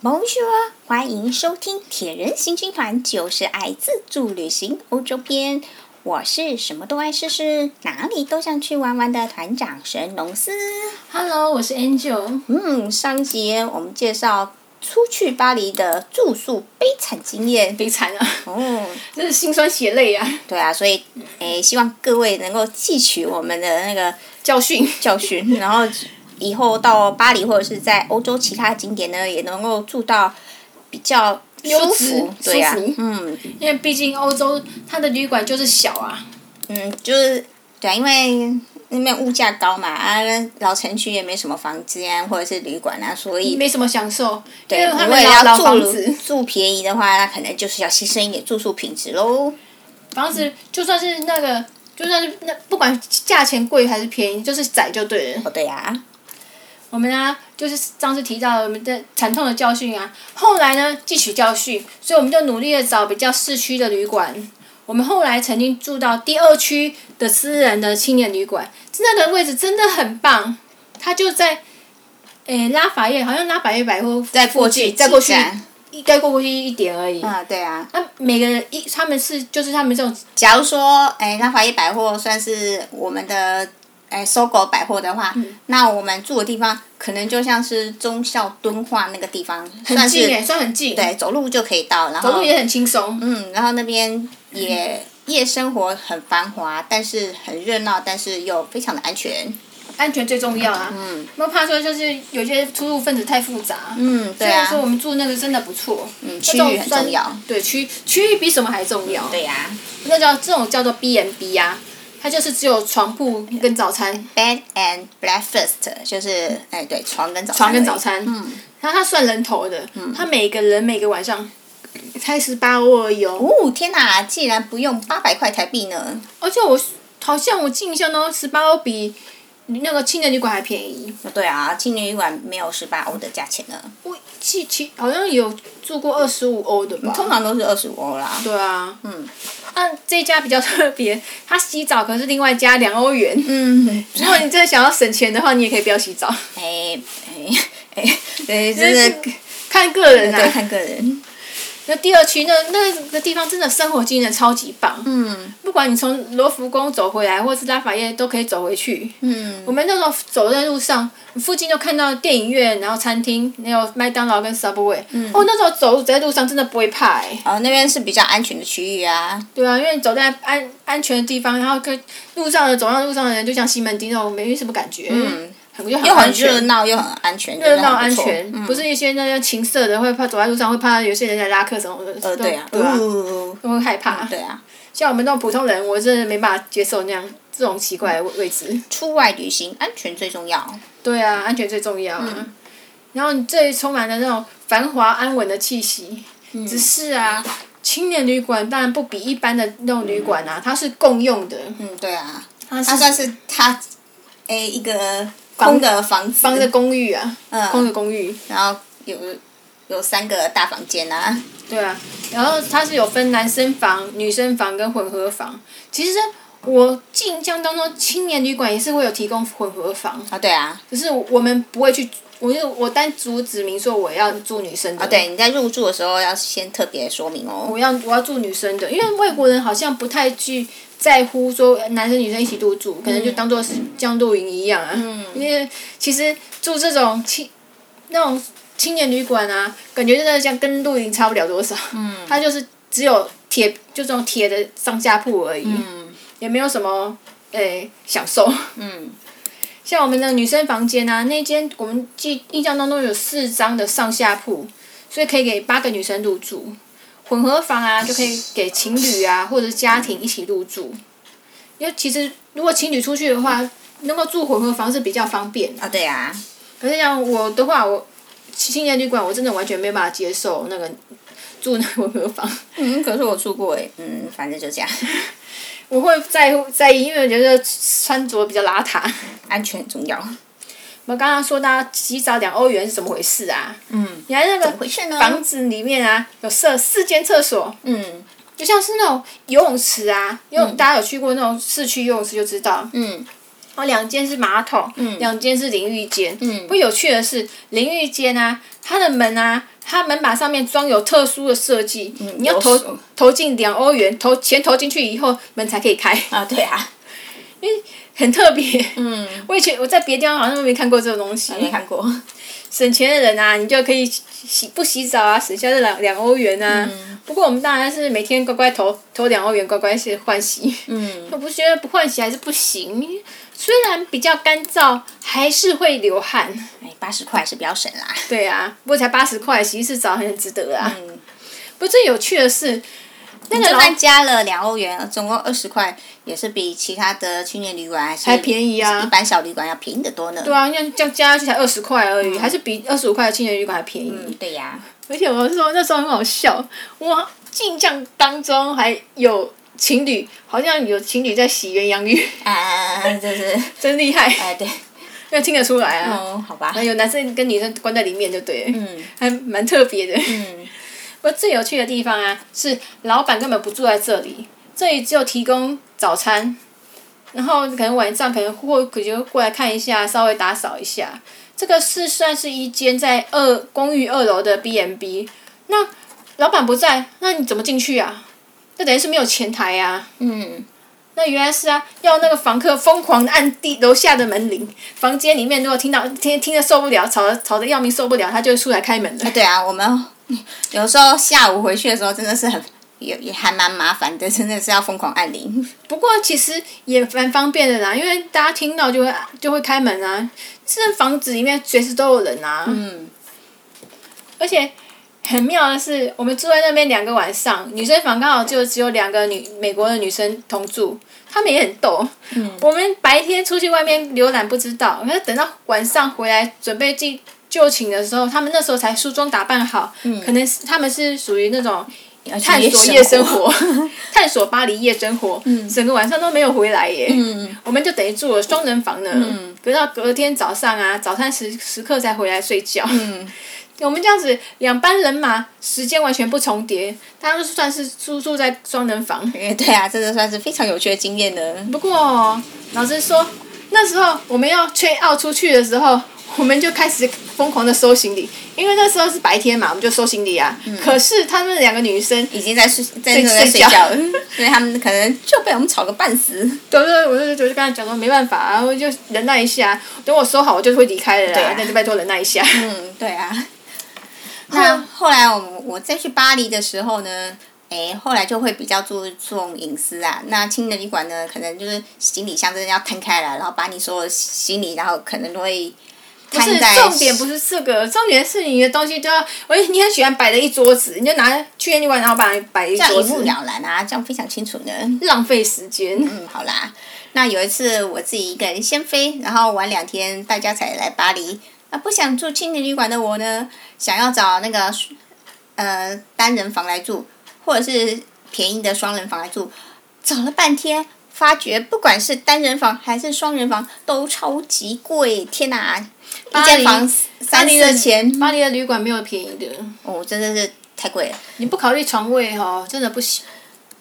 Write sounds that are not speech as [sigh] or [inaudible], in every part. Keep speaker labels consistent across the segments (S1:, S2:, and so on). S1: 蒙叔，欢迎收听《铁人行军团》，就是爱自助旅行欧洲篇。我是什么都爱试试，哪里都想去玩玩的团长神农司。
S2: Hello，我是 Angel。
S1: 嗯，上节我们介绍出去巴黎的住宿悲惨经验。
S2: 悲惨啊！
S1: 哦，
S2: 真是心酸血泪啊！
S1: 对啊，所以诶，希望各位能够汲取我们的那个
S2: 教训，
S1: 教训，然后以后到巴黎或者是在欧洲其他景点呢，也能够住到比较舒
S2: 优质
S1: 服，对呀、
S2: 舒服
S1: 嗯
S2: 因为毕竟欧洲它的旅馆就是小啊，
S1: 嗯，就是对啊、因为那边物价高嘛，啊，老城区也没什么房间或者是旅馆啊，所以。
S2: 没什么享受。
S1: 对，
S2: 因为他
S1: 如
S2: 们
S1: 果
S2: 老
S1: 要
S2: 老房
S1: 住
S2: 子，
S1: 住便宜的话，那可能就是要牺牲一点住宿品质喽。
S2: 房子就算是那个，就算是那不管价钱贵还是便宜，就是窄就对了。
S1: 哦，对呀、
S2: 我们呢、啊就是上次提到我们的惨痛的教训啊，后来呢汲取教训，所以我们就努力的找比较市区的旅馆。我们后来曾经住到第二区的私人的青年旅馆，那个位置真的很棒，它就在，诶拉法叶，好像拉法叶百货
S1: 再过
S2: 附
S1: 去
S2: 近，再过去
S1: 几站
S2: 一，再过过去一点而已。
S1: 啊。对啊。
S2: 那、每个人一他们是就是他们这种
S1: 假如说，哎，拉法叶百货算是我们的哎搜狗百货的话，
S2: 嗯
S1: 那我们住的地方可能就像是忠孝敦化那个地方，
S2: 很
S1: 算
S2: 近诶，
S1: 是
S2: 算很近，
S1: 对，走路就可以到，然后
S2: 走路也很轻松。
S1: 嗯，然后那边
S2: 嗯
S1: 也夜生活很繁华，但是很热闹，但是又非常的安全。
S2: 安全最重要啊。
S1: 嗯。
S2: 那怕说就是有些出入分子太复杂。
S1: 嗯，对
S2: 虽然
S1: 啊
S2: 说，我们住那个真的不错。嗯
S1: 区域很重要。
S2: 对，区区域比什么还重要。
S1: 对啊呀、
S2: 那叫这种叫做 B N B 啊，它就是只有床铺跟早餐，
S1: Bed and breakfast 就是哎对，床跟早餐
S2: 嗯床跟
S1: 而已
S2: 早餐。
S1: 嗯，
S2: 然后它算人头的，它每个人每个晚上才十八欧而已哦。
S1: 哦天哪，竟然不用八百块台币呢！
S2: 而且我好像我印象中十八欧比那个青年旅馆还便宜。
S1: 对啊，青年旅馆没有十八欧的价钱呢，
S2: 我记记好像有住过二十五欧的吧。
S1: 通常都是二十五欧啦。
S2: 对啊，
S1: 嗯，
S2: 那这家比较特别，它洗澡可是另外加两欧元。
S1: 嗯，
S2: 如果你真的想要省钱的话，你也可以不要洗澡，
S1: 哎哎
S2: [laughs]
S1: 哎，对，
S2: 啊
S1: 就是
S2: 看个人
S1: 对
S2: 啊。
S1: 看个人。
S2: 那第二区那那个地方真的生活机能超级棒，
S1: 嗯
S2: 不管你从罗浮宫走回来，或是拉法叶，都可以走回去。
S1: 嗯
S2: 我们那时候走在路上，附近就看到电影院，然后餐厅，还有麦当劳跟 Subway。哦，
S1: 嗯
S2: 那时候走在路上真的不会怕哎、
S1: 哦，那边是比较安全的区域啊。
S2: 对啊，因为走在安安全的地方，然后跟路上的走上路上的人，就像西门町那种，没什么感觉，
S1: 嗯，
S2: 很就
S1: 又
S2: 很
S1: 很
S2: 安
S1: 热
S2: 全，
S1: 闹又很安全，
S2: 啊热
S1: 真
S2: 闹
S1: 的很
S2: 安
S1: 不错
S2: 全，
S1: 嗯
S2: 不是一些那样情色的，会怕走在路上会怕有些人在拉客什么的，
S1: 呃
S2: 都
S1: 对啊，
S2: 对啊，
S1: 呜
S2: 都会害怕。
S1: 对啊，
S2: 像我们这种普通人，我真的没办法接受那样这种奇怪的位位置。
S1: 出外旅行安全最重要。
S2: 对啊，安全最重要啊。
S1: 嗯
S2: 然后你这里充满了那种繁华安稳的气息，
S1: 嗯
S2: 只是啊，青年旅馆当然不比一般的那种旅馆啊，它是共用的，
S1: 嗯，对啊，
S2: 它
S1: 它
S2: 是
S1: 算是它诶一个空的房子，
S2: 帮的公寓啊，空
S1: 嗯，
S2: 的公寓，
S1: 然后有有三个大房间啊。
S2: 对啊，然后它是有分男生房、女生房跟混合房。其实我印象当中，青年旅馆也是会有提供混合房，
S1: 啊，对啊，
S2: 只是我们不会去，我就我单独指明说我要住女生的，
S1: 啊，对，你在入住的时候要先特别说明哦。
S2: 我要我要住女生的，因为外国人好像不太去在乎说男生女生一起入住，可能就当做是像露营一样啊。因为其实住这种青那种青年旅馆啊，感觉真的像跟露营差不了多少。 [laughs] 它就是只有铁，就这种铁的上下铺而已，
S1: 嗯
S2: 也没有什么诶、享受。
S1: 嗯
S2: 像我们的女生房间啊，那间我们记印象当中有四张的上下铺，所以可以给八个女生入住。混合房啊，就可以给情侣啊或者家庭一起入住。因为其实如果情侣出去的话，能够住混合房是比较方便的。
S1: 啊，对啊，
S2: 可是像我的话，我青年旅馆我真的完全没办法接受那个住那个混合房。
S1: 嗯，可是我住过诶，嗯，反正就这样， [laughs]
S2: 我会在乎在意，因为我觉得穿着比较邋遢。
S1: 安全很重要。
S2: 我刚刚说到洗澡两欧元是怎么回事啊？
S1: 嗯，
S2: 你看那
S1: 怎
S2: 个
S1: 么回事呢？
S2: 房子里面啊，有设四间厕所，
S1: 嗯
S2: 就像是那种游泳池啊，游泳、大家有去过那种市区游泳池就知道，
S1: 嗯
S2: 哦，两间是马桶，两间是淋浴间。不过有趣的是，淋浴间啊，它的门啊，它门把上面装有特殊的设计，你要
S1: 嗯有
S2: 投
S1: 手
S2: 投进两欧元，投钱投进去以后，门才可以开，
S1: 啊，对啊，
S2: 很特别。
S1: 嗯，
S2: 我以前我在别的地方好像没看过这种东西。
S1: 没看过，
S2: 省钱的人啊，你就可以洗不洗澡啊，省下这两两欧元啊。
S1: 嗯
S2: 不过我们当然是每天乖乖投投两欧元，乖乖去换洗。
S1: 嗯，
S2: [laughs] 我不觉得不换洗还是不行，虽然比较干燥，还是会流汗。
S1: 哎，八十块是比较省啦，
S2: 对啊，不过才八十块，洗一次澡很值得啊。
S1: 嗯，
S2: 不过最有趣的是，那
S1: 就
S2: 个老
S1: 算加了两欧元，总共二十块，也是比其他的青年旅馆还是
S2: 还便宜啊
S1: 一般小旅馆要便宜得多呢。
S2: 对啊，像这样加下去才二十块而已，还是比二十五块的青年旅馆还便宜。
S1: 嗯，对呀、
S2: 而且我说那时候很好笑，我印象当中还有情侣，好像有情侣在洗鸳鸯浴， [laughs]
S1: 啊，就是，
S2: 真厉害，
S1: 哎，对，
S2: 要听得出来啊。
S1: 哦，好吧
S2: 然，后有男生跟女生关在里面就对了，
S1: 嗯
S2: 还蛮特别的。 [laughs]
S1: 嗯
S2: 我最有趣的地方啊，是老板根本不住在这里，这里只有提供早餐，然后可能晚上可能或可就过来看一下，稍微打扫一下。这个是算是一间在二公寓二楼的 B&B，那老板不在，那你怎么进去啊？那等于是没有前台啊。
S1: 嗯，
S2: 那原来是啊，要那个房客疯狂的按地楼下的门铃，房间里面如果听到听听得受不了，吵得吵得要命受不了，他就会出来开门了
S1: 哎，。对啊，我们 [laughs] 有时候下午回去的时候真的是很。也也还蛮麻烦的， [laughs] 真的是要疯狂按铃。
S2: [laughs] 不过其实也蛮方便的啦，因为大家听到就会就会开门啊，这房子里面随时都有人啊。
S1: 嗯，
S2: 而且很妙的是，我们住在那边两个晚上，女生房刚好就只有两个女美国的女生同住，她们也很逗。我们白天出去外面浏览不知道，可是等到晚上回来准备进就寝的时候，她们那时候才梳妆打扮好，可能是她们是属于那种。探索夜
S1: [laughs]
S2: 生活，探索巴黎夜生活，整个晚上都没有回来耶。
S1: 嗯
S2: 我们就等于住了双人房呢，隔到隔天早上啊，早餐时时刻才回来睡觉。
S1: 嗯，
S2: [laughs] 我们这样子两班人马，时间完全不重叠，大家都算是住住在双人房。
S1: 哎对啊，这个算是非常有趣的经验呢。
S2: 不过老实说，那时候我们要吹奥出去的时候，我们就开始疯狂的收行李，因为那时候是白天嘛，我们就收行李啊。
S1: 嗯
S2: 可是他们两个女生
S1: 已经在睡，在
S2: 睡
S1: 在睡
S2: 觉
S1: 觉了， [laughs] 所以他们可能就被我们吵个半死。
S2: 对对，我就我就跟他讲说没办法、啊，我就忍耐一下，等我收好我就会离开的
S1: 对
S2: 啦
S1: 啊，
S2: 那、就拜托忍耐一下。
S1: 嗯，对
S2: [laughs]
S1: 啊。那后来我们我再去巴黎的时候呢，哎，后来就会比较注重隐私啊。那青年旅馆呢，可能就是行李箱真的要摊开来，然后把你所有行李，然后可能都会
S2: 不
S1: 摊
S2: 是
S1: 在
S2: 重点，不是这个，重点是你的东西都要，喂，你很喜欢摆的一桌子，你就拿去另外然后把它摆一
S1: 这样
S2: 桌
S1: 一目
S2: 子，
S1: 了然啊，这样非常清楚呢。
S2: 浪费时间。
S1: 嗯，好啦，那有一次我自己一个人先飞，然后玩两天，大家才来巴黎。那不想住青年旅馆的我呢，想要找那个呃单人房来住，或者是便宜的双人房来住。找了半天，发觉不管是单人房还是双人房都超级贵，天哪！一
S2: 巴黎
S1: 间房
S2: 巴
S1: 三
S2: 黎
S1: 四
S2: 的
S1: 的钱，
S2: 巴黎的旅馆没有便宜的，
S1: 哦，真的是太贵了。
S2: 你不考虑床位哦，真的不行。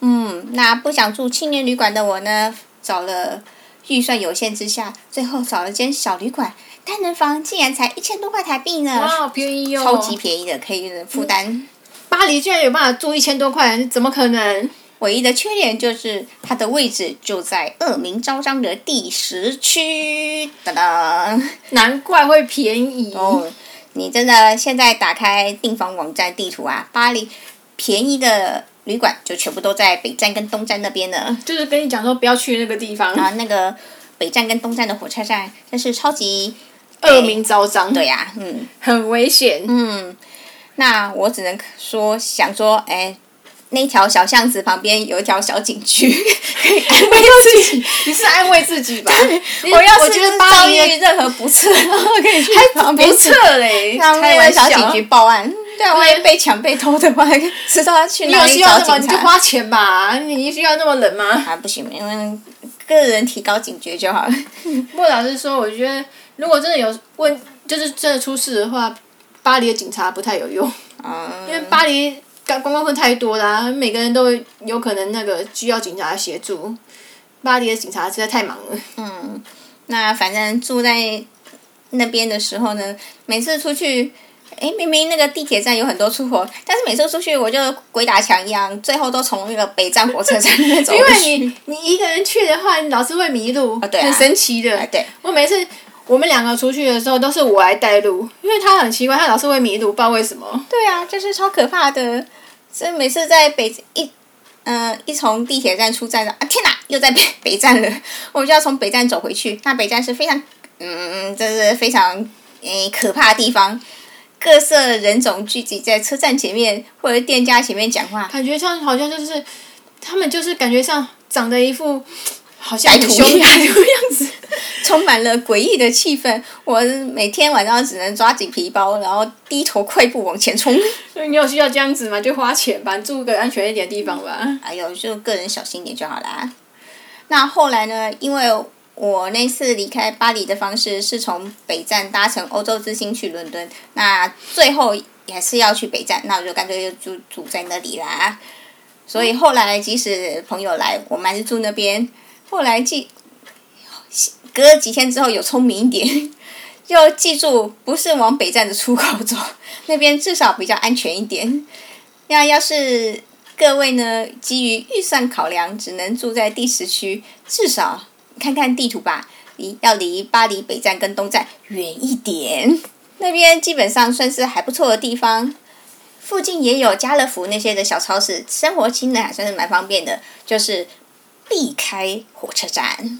S1: 嗯，那不想住青年旅馆的我呢，找了预算有限之下，最后找了间小旅馆，单人房竟然才一千多块台币
S2: 哇，
S1: 呢，
S2: 好便宜哦！
S1: 超级便宜的，可以负担。
S2: 巴黎居然有办法住一千多块，怎么可能？
S1: 唯一的缺点就是它的位置就在恶名昭彰的第十区，噔噔。
S2: 难怪会便宜。
S1: 哦，你真的现在打开订房网站地图啊，巴黎便宜的旅馆就全部都在北站跟东站那边呢。
S2: 就是跟你讲说不要去那个地方，
S1: 啊，那个北站跟东站的火车站真是超级
S2: 恶名昭彰，
S1: 对呀、嗯
S2: 很危险。
S1: 嗯，那我只能说想说，哎，那条小巷子旁边有一条小景区， [laughs] 可以安慰自己。
S2: 你是安慰自己吧？你
S1: 我要
S2: [laughs] 我
S1: 是
S2: 觉得巴
S1: 遭
S2: 黎的
S1: 遇任何不测，然
S2: [laughs]
S1: 后可以去旁边
S2: 哎不测嘞，
S1: 旁
S2: [laughs] 开
S1: 边
S2: 玩
S1: 的
S2: 笑
S1: 小。警局报案。对啊，万一被抢被偷的话， [laughs] 知道要去
S2: 你
S1: 哪
S2: 有
S1: 里
S2: 需
S1: 找
S2: 要那么
S1: 警
S2: 你就
S1: 察。
S2: 花钱吧，你需要那么冷吗？
S1: 啊，不行，因为个人提高警觉就好了。
S2: 不过老实说，我觉得如果真的有问，就是真的出事的话，巴黎的警察不太有用，因为
S1: 嗯，
S2: 巴黎观观光客太多啦，每个人都有可能那个需要警察的协助。巴黎的警察实在太忙了，
S1: 嗯，那反正住在那边的时候呢，每次出去，诶，明明那个地铁站有很多出口，但是每次出去我就鬼打墙一样，最后都从那个北站火车站那边走
S2: [laughs] 因
S1: 回
S2: 为
S1: 去。
S2: 你你一个人去的话，你老是会迷路，
S1: 对啊
S2: 很神奇的。
S1: 对
S2: 我每次我们两个出去的时候，都是我来带路，因为他很奇怪，他老是会迷路，不知道为什么。
S1: 对啊，就是超可怕的。所以每次在北一，嗯、一从地铁站出站的啊，天哪，又在北北站了，我就要从北站走回去。那北站是非常，嗯，这是非常诶、可怕的地方，各色人种聚集在车站前面或者店家前面讲话，
S2: 感觉像好像就是他们就是感觉上长得一副好像
S1: 歹
S2: 很
S1: 徒
S2: 凶
S1: 一样
S2: 歹徒一样子。
S1: 充满了诡异的气氛。我每天晚上只能抓紧皮包，然后低头快步往前冲。
S2: 所以你有需要这样子吗？就花钱吧，你住个安全一点的地方吧。
S1: 哎呦，就个人小心点就好啦。那后来呢？因为我那次离开巴黎的方式是从北站搭乘欧洲之星去伦敦，那最后也是要去北站，那我就干脆就住住在那里啦。所以后来即使朋友来，我们还是住那边。后来记，隔了几天之后有聪明一点， [laughs] 就记住不是往北站的出口走，那边至少比较安全一点。那要是各位呢，基于预算考量，只能住在第十区，至少看看地图吧，离要离巴黎北站跟东站远一点。那边基本上算是还不错的地方，附近也有家乐福那些的小超市，生活机能还算是蛮方便的。就是避开火车站，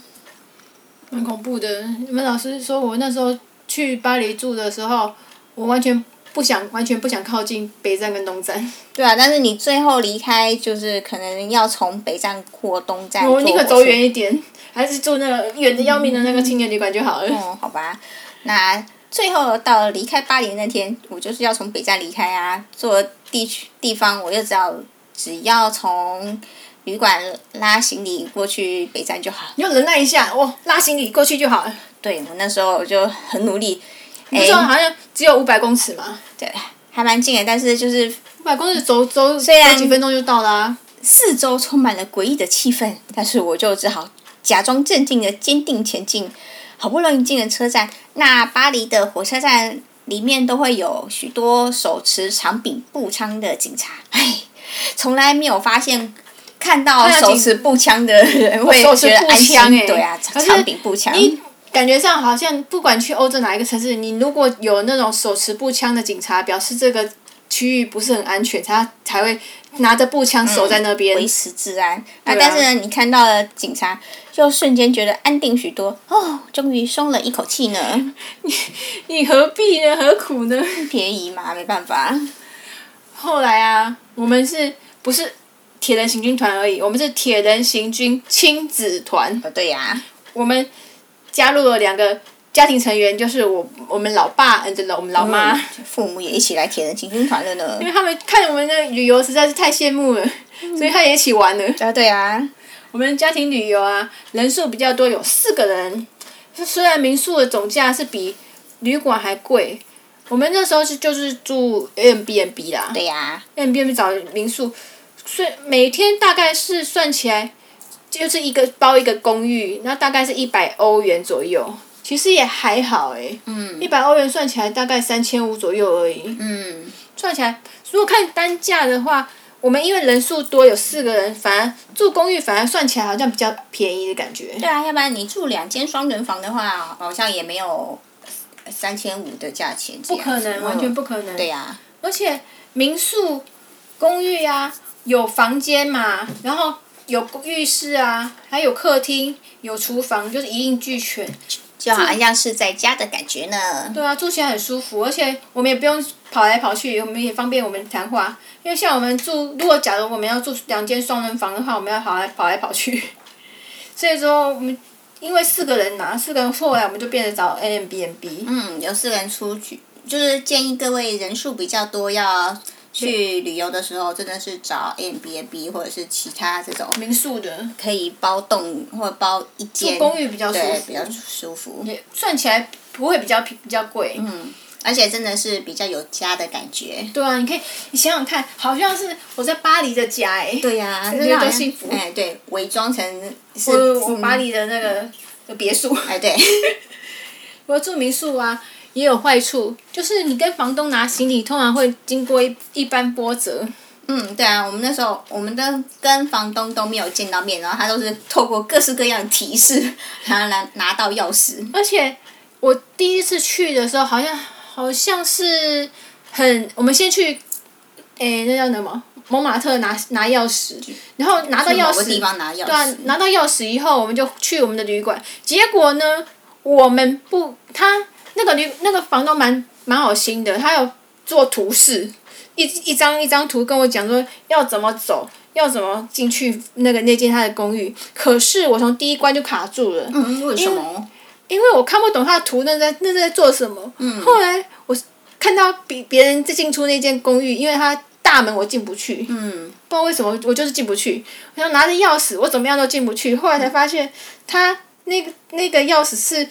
S2: 蛮恐怖的。你们老师说我那时候去巴黎住的时候，我完全不想，完全不想靠近北站跟东站，
S1: 对啊，但是你最后离开，就是可能要从北站或东站。
S2: 我宁
S1: 坐
S2: 可哦走
S1: 火车
S2: 远一点，还是住那个远的要命的那个青年旅馆就好了。
S1: 哦，好吧，那最后到离开巴黎那天，我就是要从北站离开啊，坐地区地方，我就只要只要从旅馆拉行李过去北站就好。
S2: 你就忍耐一下，我、拉行李过去就好了。
S1: 对我那时候我就很努力，哎
S2: 你不是说好像只有五百公尺嘛？
S1: 对，还蛮近的，但是就是
S2: 五百公尺走走走
S1: 虽然
S2: 几分钟就到啦、
S1: 四周充满了诡异的气氛，但是我就只好假装镇静的坚定前进。好不容易进了车站，那巴黎的火车站里面都会有许多手持长柄步枪的警察，唉， [laughs] 从来没有发现看到
S2: 看到
S1: 手
S2: 警
S1: 持步枪的人会
S2: 手持
S1: 觉得
S2: 步
S1: 安心
S2: 枪欸。
S1: 对啊，
S2: 可
S1: 长
S2: 是
S1: 长柄步枪。
S2: 哎你感觉上好像不管去欧洲哪一个城市，你如果有那种手持步枪的警察，表示这个区域不是很安全，他才会拿着步枪守在那边。
S1: 维持治安。那、
S2: 对啊
S1: 但是呢，你看到了警察，就瞬间觉得安定许多哦，终于松了一口气呢。
S2: 你何必呢？何苦呢？ [laughs]
S1: 便宜嘛，没办法。
S2: 后来啊，我们是不是铁人行军团而已？我们是铁人行军亲子团，
S1: 哦，对呀、
S2: 我们加入了两个。家庭成员就是我，我们老爸 and 老我们老妈，
S1: 嗯父母也一起来铁人行军团了呢
S2: 嗯因。为他们看我们的旅游实在是太羡慕了，所以他也一起玩了。
S1: 啊，对啊，
S2: 我们家庭旅游啊，人数比较多，有四个人。虽然民宿的总价是比旅馆还贵，我们那时候是就是住 Airbnb 啦
S1: 对呀、
S2: ，Airbnb 找民宿，所以每天大概是算起来，就是一个包一个公寓，那大概是一百欧元左右，其实也还好诶、嗯，一百欧元算起来大概三千五左右而已。
S1: 嗯，
S2: 算起来，如果看单价的话，我们因为人数多，有四个人，反而住公寓反而算起来好像比较便宜的感觉。
S1: 对啊，要不然你住两间双人房的话，好像也没有三千五的价钱这
S2: 不
S1: 样子。
S2: 可能，完全不可
S1: 嗯
S2: 能。
S1: 对呀、
S2: 而且民宿、公寓啊，有房间嘛，然后有浴室啊，还有客厅、有厨房，就是一应俱全。
S1: 就好像是在家的感觉呢。
S2: 对啊，住起来很舒服，而且我们也不用跑来跑去，我们也方便我们谈话。因为像我们住，如果假如我们要住两间双人房的话，我们要跑来跑来跑去。 [laughs] 所以说，我们因为四个人嘛、啊四个人后来我们就变得找 a m b n b
S1: 嗯，有四个人出去，就是建议各位人数比较多要去旅游的时候，真的是找 a m b n b 或者是其他这种
S2: 民宿的，
S1: 可以包栋或包一间
S2: 公寓比较舒
S1: 对
S2: 服
S1: 比较舒服。
S2: 也算起来不会比较比较贵。
S1: 嗯，而且真的是比较有家的感觉。
S2: 对啊，你可以你想想看，好像是我在巴黎的家哎、
S1: 对呀、
S2: 感
S1: 真
S2: 觉
S1: 的好
S2: 多
S1: 像
S2: 幸福
S1: 哎，对，伪装成是
S2: 呃我我
S1: 嗯
S2: 巴黎的那个的别墅。
S1: 哎，对，
S2: 不过住民宿啊，也有坏处，就是你跟房东拿行李，通常会经过一一番波折。
S1: 嗯，对啊，我们那时候我们的跟房东都没有见到面，然后他都是透过各式各样的提示，然后拿拿到钥匙。
S2: 而且我第一次去的时候，好像好像是很，我们先去，诶，那叫什么？蒙马特拿拿钥匙，然后拿到
S1: 去
S2: 钥
S1: 某个
S2: 匙，
S1: 地方拿钥匙
S2: 对啊，拿到钥匙以后，我们就去我们的旅馆。结果呢，我们不，他那个旅那个房东蛮蛮好心的，他有做图示，一一张一张图跟我讲说要怎么走，要怎么进去那个那间他的公寓。可是我从第一关就卡住了，
S1: 嗯，为什么？
S2: 因为我看不懂他的图，那在那在做什么。
S1: 嗯
S2: 后来我看到比别人在进出那间公寓，因为他大门我进不去，不知
S1: 嗯，
S2: 道为什么我就是进不去。我想拿着钥匙，我怎么样都进不去。后来才发现，他那个那个钥匙是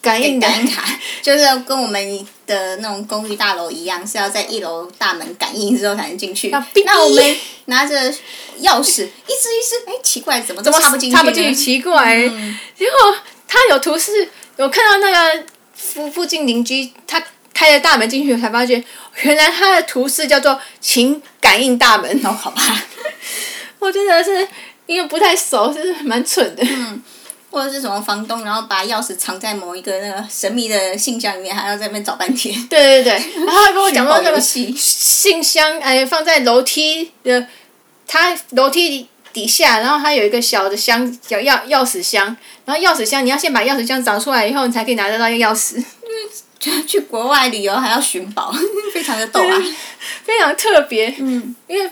S2: 感应的，
S1: 感应卡就是跟我们的那种公寓大楼一样，是要在一楼大门感应之后才能进去。
S2: 要哔哔
S1: 那我们拿着钥匙，一只一只，哎，奇怪，怎么都
S2: 怎么
S1: 插不进去嗯
S2: 插
S1: 呢？
S2: 不进去，奇怪、结果他有图示，我看到那个附附近邻居他。开了大门进去，我才发现原来他的图示叫做“请感应大门”
S1: 哦， [laughs] 好吧。
S2: 我真的是因为不太熟，就是蛮蠢的。
S1: 嗯或者是什么房东，然后把钥匙藏在某一个那个神秘的信箱里面，还要在那边找半 [laughs] 天。
S2: 对对对，然后他跟我讲说那
S1: 寻宝游
S2: 个
S1: 戏
S2: 信箱，哎，放在楼梯的，他楼梯底下，然后它有一个小的箱，小钥钥匙箱，然后钥匙箱你要先把钥匙箱找出来以后，你才可以拿得到钥匙， [laughs]
S1: 就去国外旅游还要寻宝， [laughs] 非常的逗啊！
S2: 非常特别。
S1: 嗯，
S2: 因为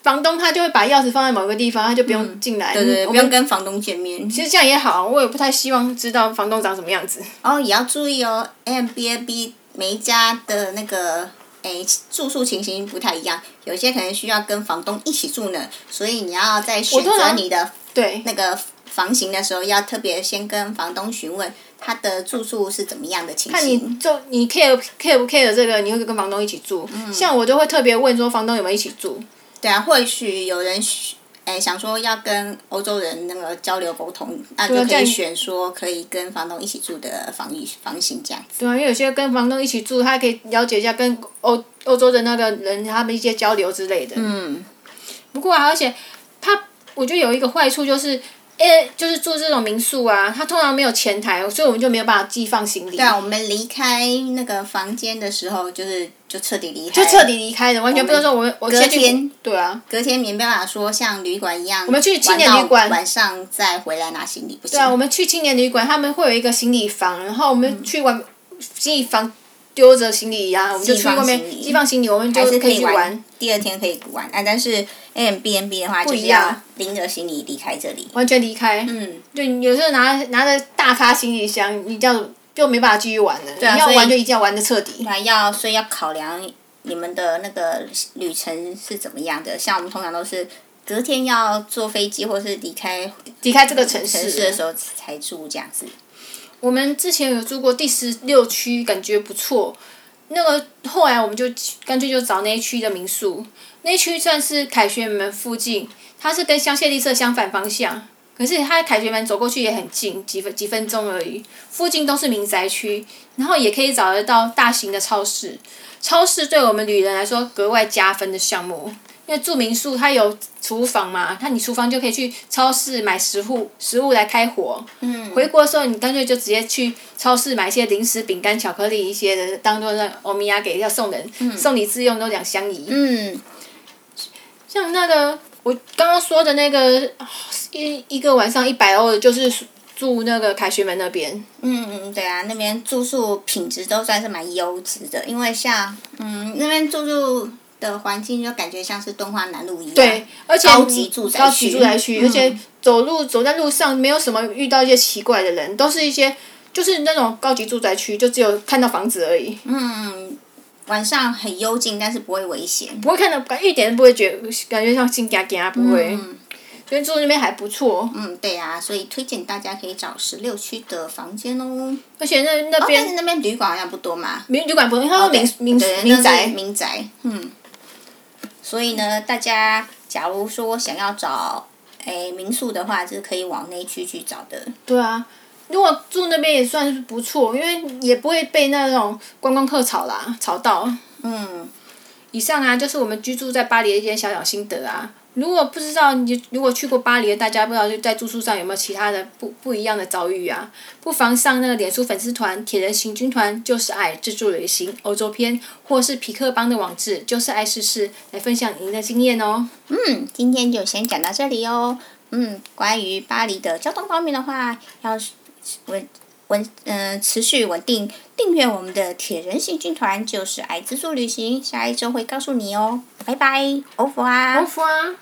S2: 房东他就会把钥匙放在某个地方，他就不用进来。
S1: 嗯对对对，
S2: 我
S1: 不
S2: 们
S1: 用跟房东见面。
S2: 其实这样也好，我也不太希望知道房东长什么样子。
S1: 然后也要注意哦，M B A B 每一家的那个诶住宿情形不太一样，有些可能需要跟房东一起住呢，所以你要在选
S2: 我通
S1: 择
S2: 常
S1: 你的
S2: 对，
S1: 那个房型的时候，要特别先跟房东询问他的住宿是怎么样的情
S2: 看
S1: 形。
S2: 你就你 care care 不 care 这个，你会跟房东一起住。
S1: 嗯
S2: 像我就会特别问说房东有没有一起住。
S1: 对啊，或许有人需诶想说要跟欧洲人那个交流沟通，那
S2: 对
S1: 就
S2: 啊这
S1: 可以
S2: 样
S1: 选说可以跟房东一起住的房域房型这样子。
S2: 对啊，因为有些跟房东一起住，他还可以了解一下跟欧欧洲的那个人他们一些交流之类的。
S1: 嗯，
S2: 不过啊，而且他我觉得有一个坏处就是。诶、就是住这种民宿啊，他通常没有前台，所以我们就没有办法寄放行李，
S1: 对啊，我们离开那个房间的时候，就是就彻底离开，
S2: 就彻底离开的，完全不知道说我们我
S1: 隔
S2: 先去
S1: 天，
S2: 对啊，
S1: 隔天没办法说像旅馆一样，我
S2: 们去青年旅馆
S1: 晚上再回来拿行李，不是？
S2: 对啊，我们去青年旅馆，他们会有一个行李房，然后我们去外面行李房丢着行李呀、我们就去外
S1: 寄放行
S2: 面
S1: 李
S2: 寄放行李，我们就
S1: 还是可
S2: 以
S1: 以
S2: 去
S1: 玩
S2: 玩，，
S1: 第二天可以玩啊。但是 M B N B 的话，就是
S2: 一样
S1: 要拎着行李离开这里。
S2: 完全离开。
S1: 嗯，
S2: 对，有时候拿拿着大发行李箱，你这样就没办法继续玩了。
S1: 啊
S2: 你要
S1: 所以
S2: 玩就一定要玩的彻底。
S1: 那要所以要考量你们的那个旅程是怎么样的。像我们通常都是隔天要坐飞机，或是离开
S2: 离开这个城
S1: 城
S2: 市，
S1: 市的时候才住这样子。
S2: 我们之前有住过第十六区，感觉不错。那个后来我们就干脆就找那一区的民宿，那一区算是凯旋门附近，它是跟香榭丽舍相反方向，可是它凯旋门走过去也很近，几分几分钟而已。附近都是民宅区，然后也可以找得到大型的超市。超市对我们旅人来说格外加分的项目，因为住民宿它有厨房嘛，那你厨房就可以去超市买食物食物来开火。嗯。回国的时候，你干脆就直接去超市买一些零食、饼干、巧克力一些的，当做那欧米亚给要送人，送礼自用都两相宜。
S1: 嗯，
S2: 像那个我刚刚说的那个一一个晚上一百欧的，就是住那个凯旋门那边。
S1: 嗯，对啊，那边住宿品质都算是蛮优质的，因为像嗯那边住宿的环境就感觉像是敦化南路一样。
S2: 对，哎而且
S1: 高级住宅
S2: 高级
S1: 区
S2: 住宅区，
S1: 嗯
S2: 而且走路走在路上没有什么遇到一些奇怪的人，都是一些就是那种高级住宅区，就只有看到房子而已，
S1: 嗯，晚上很幽静，但是不会危险。
S2: 不会看到感一点都不会觉感觉像心嘎嘎，不会。
S1: 嗯
S2: 所以住那边还不错，
S1: 嗯，对啊，所以推荐大家可以找十六区的房间哦。
S2: 而且那
S1: 哦
S2: 那，
S1: 但是
S2: 边
S1: 那边旅馆好像不多嘛。
S2: 民旅馆不用，它是民哎民
S1: 对，那
S2: 民
S1: 是
S2: 宅，
S1: 民宅，嗯。所以呢，大家假如哎说想要找诶民宿的话，就是可以往那区去找的。
S2: 对啊。如果住那边也算是不错，因为也不会被那种观光客吵啦吵到。
S1: 嗯，
S2: 以上啊，就是我们居住在巴黎的一些小小心得啊。如果不知道你如果去过巴黎的大家，不知道就在住宿上有没有其他的不不一样的遭遇啊？不妨上那个脸书粉丝团“铁人行军团就是爱自助旅行欧洲篇”，或是皮克邦的网志“就是爱试试”来分享您的经验哦。
S1: 嗯，今天就先讲到这里哦。嗯，关于巴黎的交通方面的话，要是稳稳嗯持续稳定订阅我们的铁人行军团，就是爱自助旅行，下一周会告诉你哦。拜拜，欧福啊。
S2: 功夫啊！